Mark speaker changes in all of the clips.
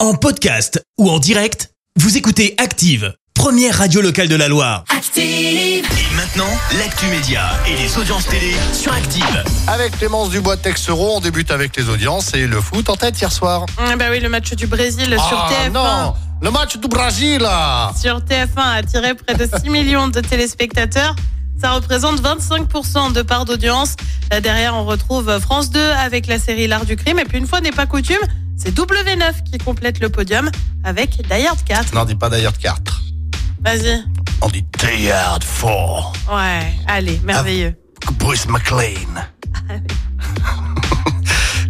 Speaker 1: En podcast ou en direct, vous écoutez Active, première radio locale de la Loire.
Speaker 2: Active.
Speaker 1: Et maintenant, l'actu média et les audiences télé sur Active.
Speaker 3: Avec Clémence Dubois de Texero, on débute avec les audiences et le foot en tête hier soir.
Speaker 4: Ah bah oui, le match du Brésil sur
Speaker 3: ah
Speaker 4: TF1.
Speaker 3: non Le match du Brésil là.
Speaker 4: Sur TF1 a attiré près de 6 millions de téléspectateurs. Ça représente 25% de part d'audience. Là, Derrière, on retrouve France 2 avec la série L'Art du crime. Et puis, une fois n'est pas coutume, c'est W9 qui complète le podium avec Die Hard 4.
Speaker 3: Non, on dit pas d'ailleurs de 4.
Speaker 4: Vas-y.
Speaker 3: On dit d'ailleurs de 4.
Speaker 4: Ouais, allez, merveilleux.
Speaker 3: Bruce McLean.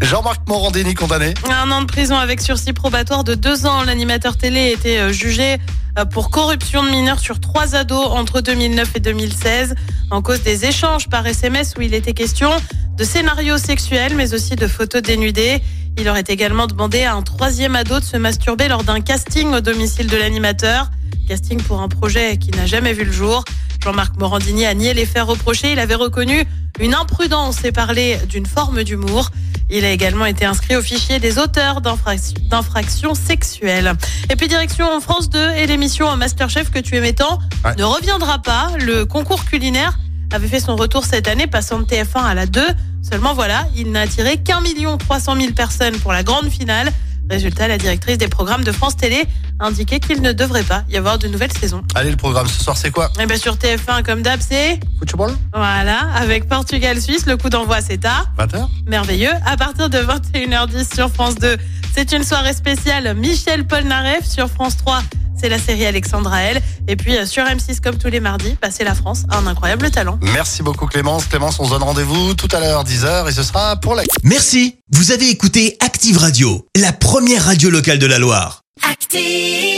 Speaker 3: Jean-Marc Morandini condamné.
Speaker 4: Un an de prison avec sursis probatoire de deux ans. L'animateur télé était euh, jugé euh, pour corruption de mineurs sur trois ados entre 2009 et 2016 en cause des échanges par SMS où il était question de scénarios sexuels mais aussi de photos dénudées. Il aurait également demandé à un troisième ado de se masturber lors d'un casting au domicile de l'animateur. Casting pour un projet qui n'a jamais vu le jour. Jean-Marc Morandini a nié les faits reprochés. Il avait reconnu une imprudence et parlé d'une forme d'humour. Il a également été inscrit au fichier des auteurs d'infrac- d'infractions sexuelles. Et puis direction France 2 et l'émission Masterchef que tu aimais tant
Speaker 3: Ouais.
Speaker 4: ne reviendra pas. Le concours culinaire avait fait son retour cette année, passant de TF1 à la 2. Seulement voilà, il n'a attiré qu'un million trois cent mille personnes pour la grande finale. Résultat, la directrice des programmes de France Télé a indiqué qu'il ne devrait pas y avoir de nouvelle saison.
Speaker 3: Allez, le programme ce soir, c'est quoi
Speaker 4: Et bien ben, sur TF1, comme d'hab, c'est...
Speaker 3: Football
Speaker 4: Voilà, avec Portugal-Suisse, le coup d'envoi c'est à...
Speaker 3: 20h
Speaker 4: merveilleux. À partir de 21h10 sur France 2, c'est une soirée spéciale Michel Polnareff. Sur France 3, c'est la série Alexandra L. Et puis euh, sur M6, comme tous les mardis, bah, c'est la France, a un incroyable talent.
Speaker 3: Merci beaucoup Clémence. Clémence, on se donne rendez-vous tout à l'heure, 10h, et ce sera pour la...
Speaker 1: Merci, vous avez écouté Active Radio, la première radio locale de la Loire.
Speaker 2: Active.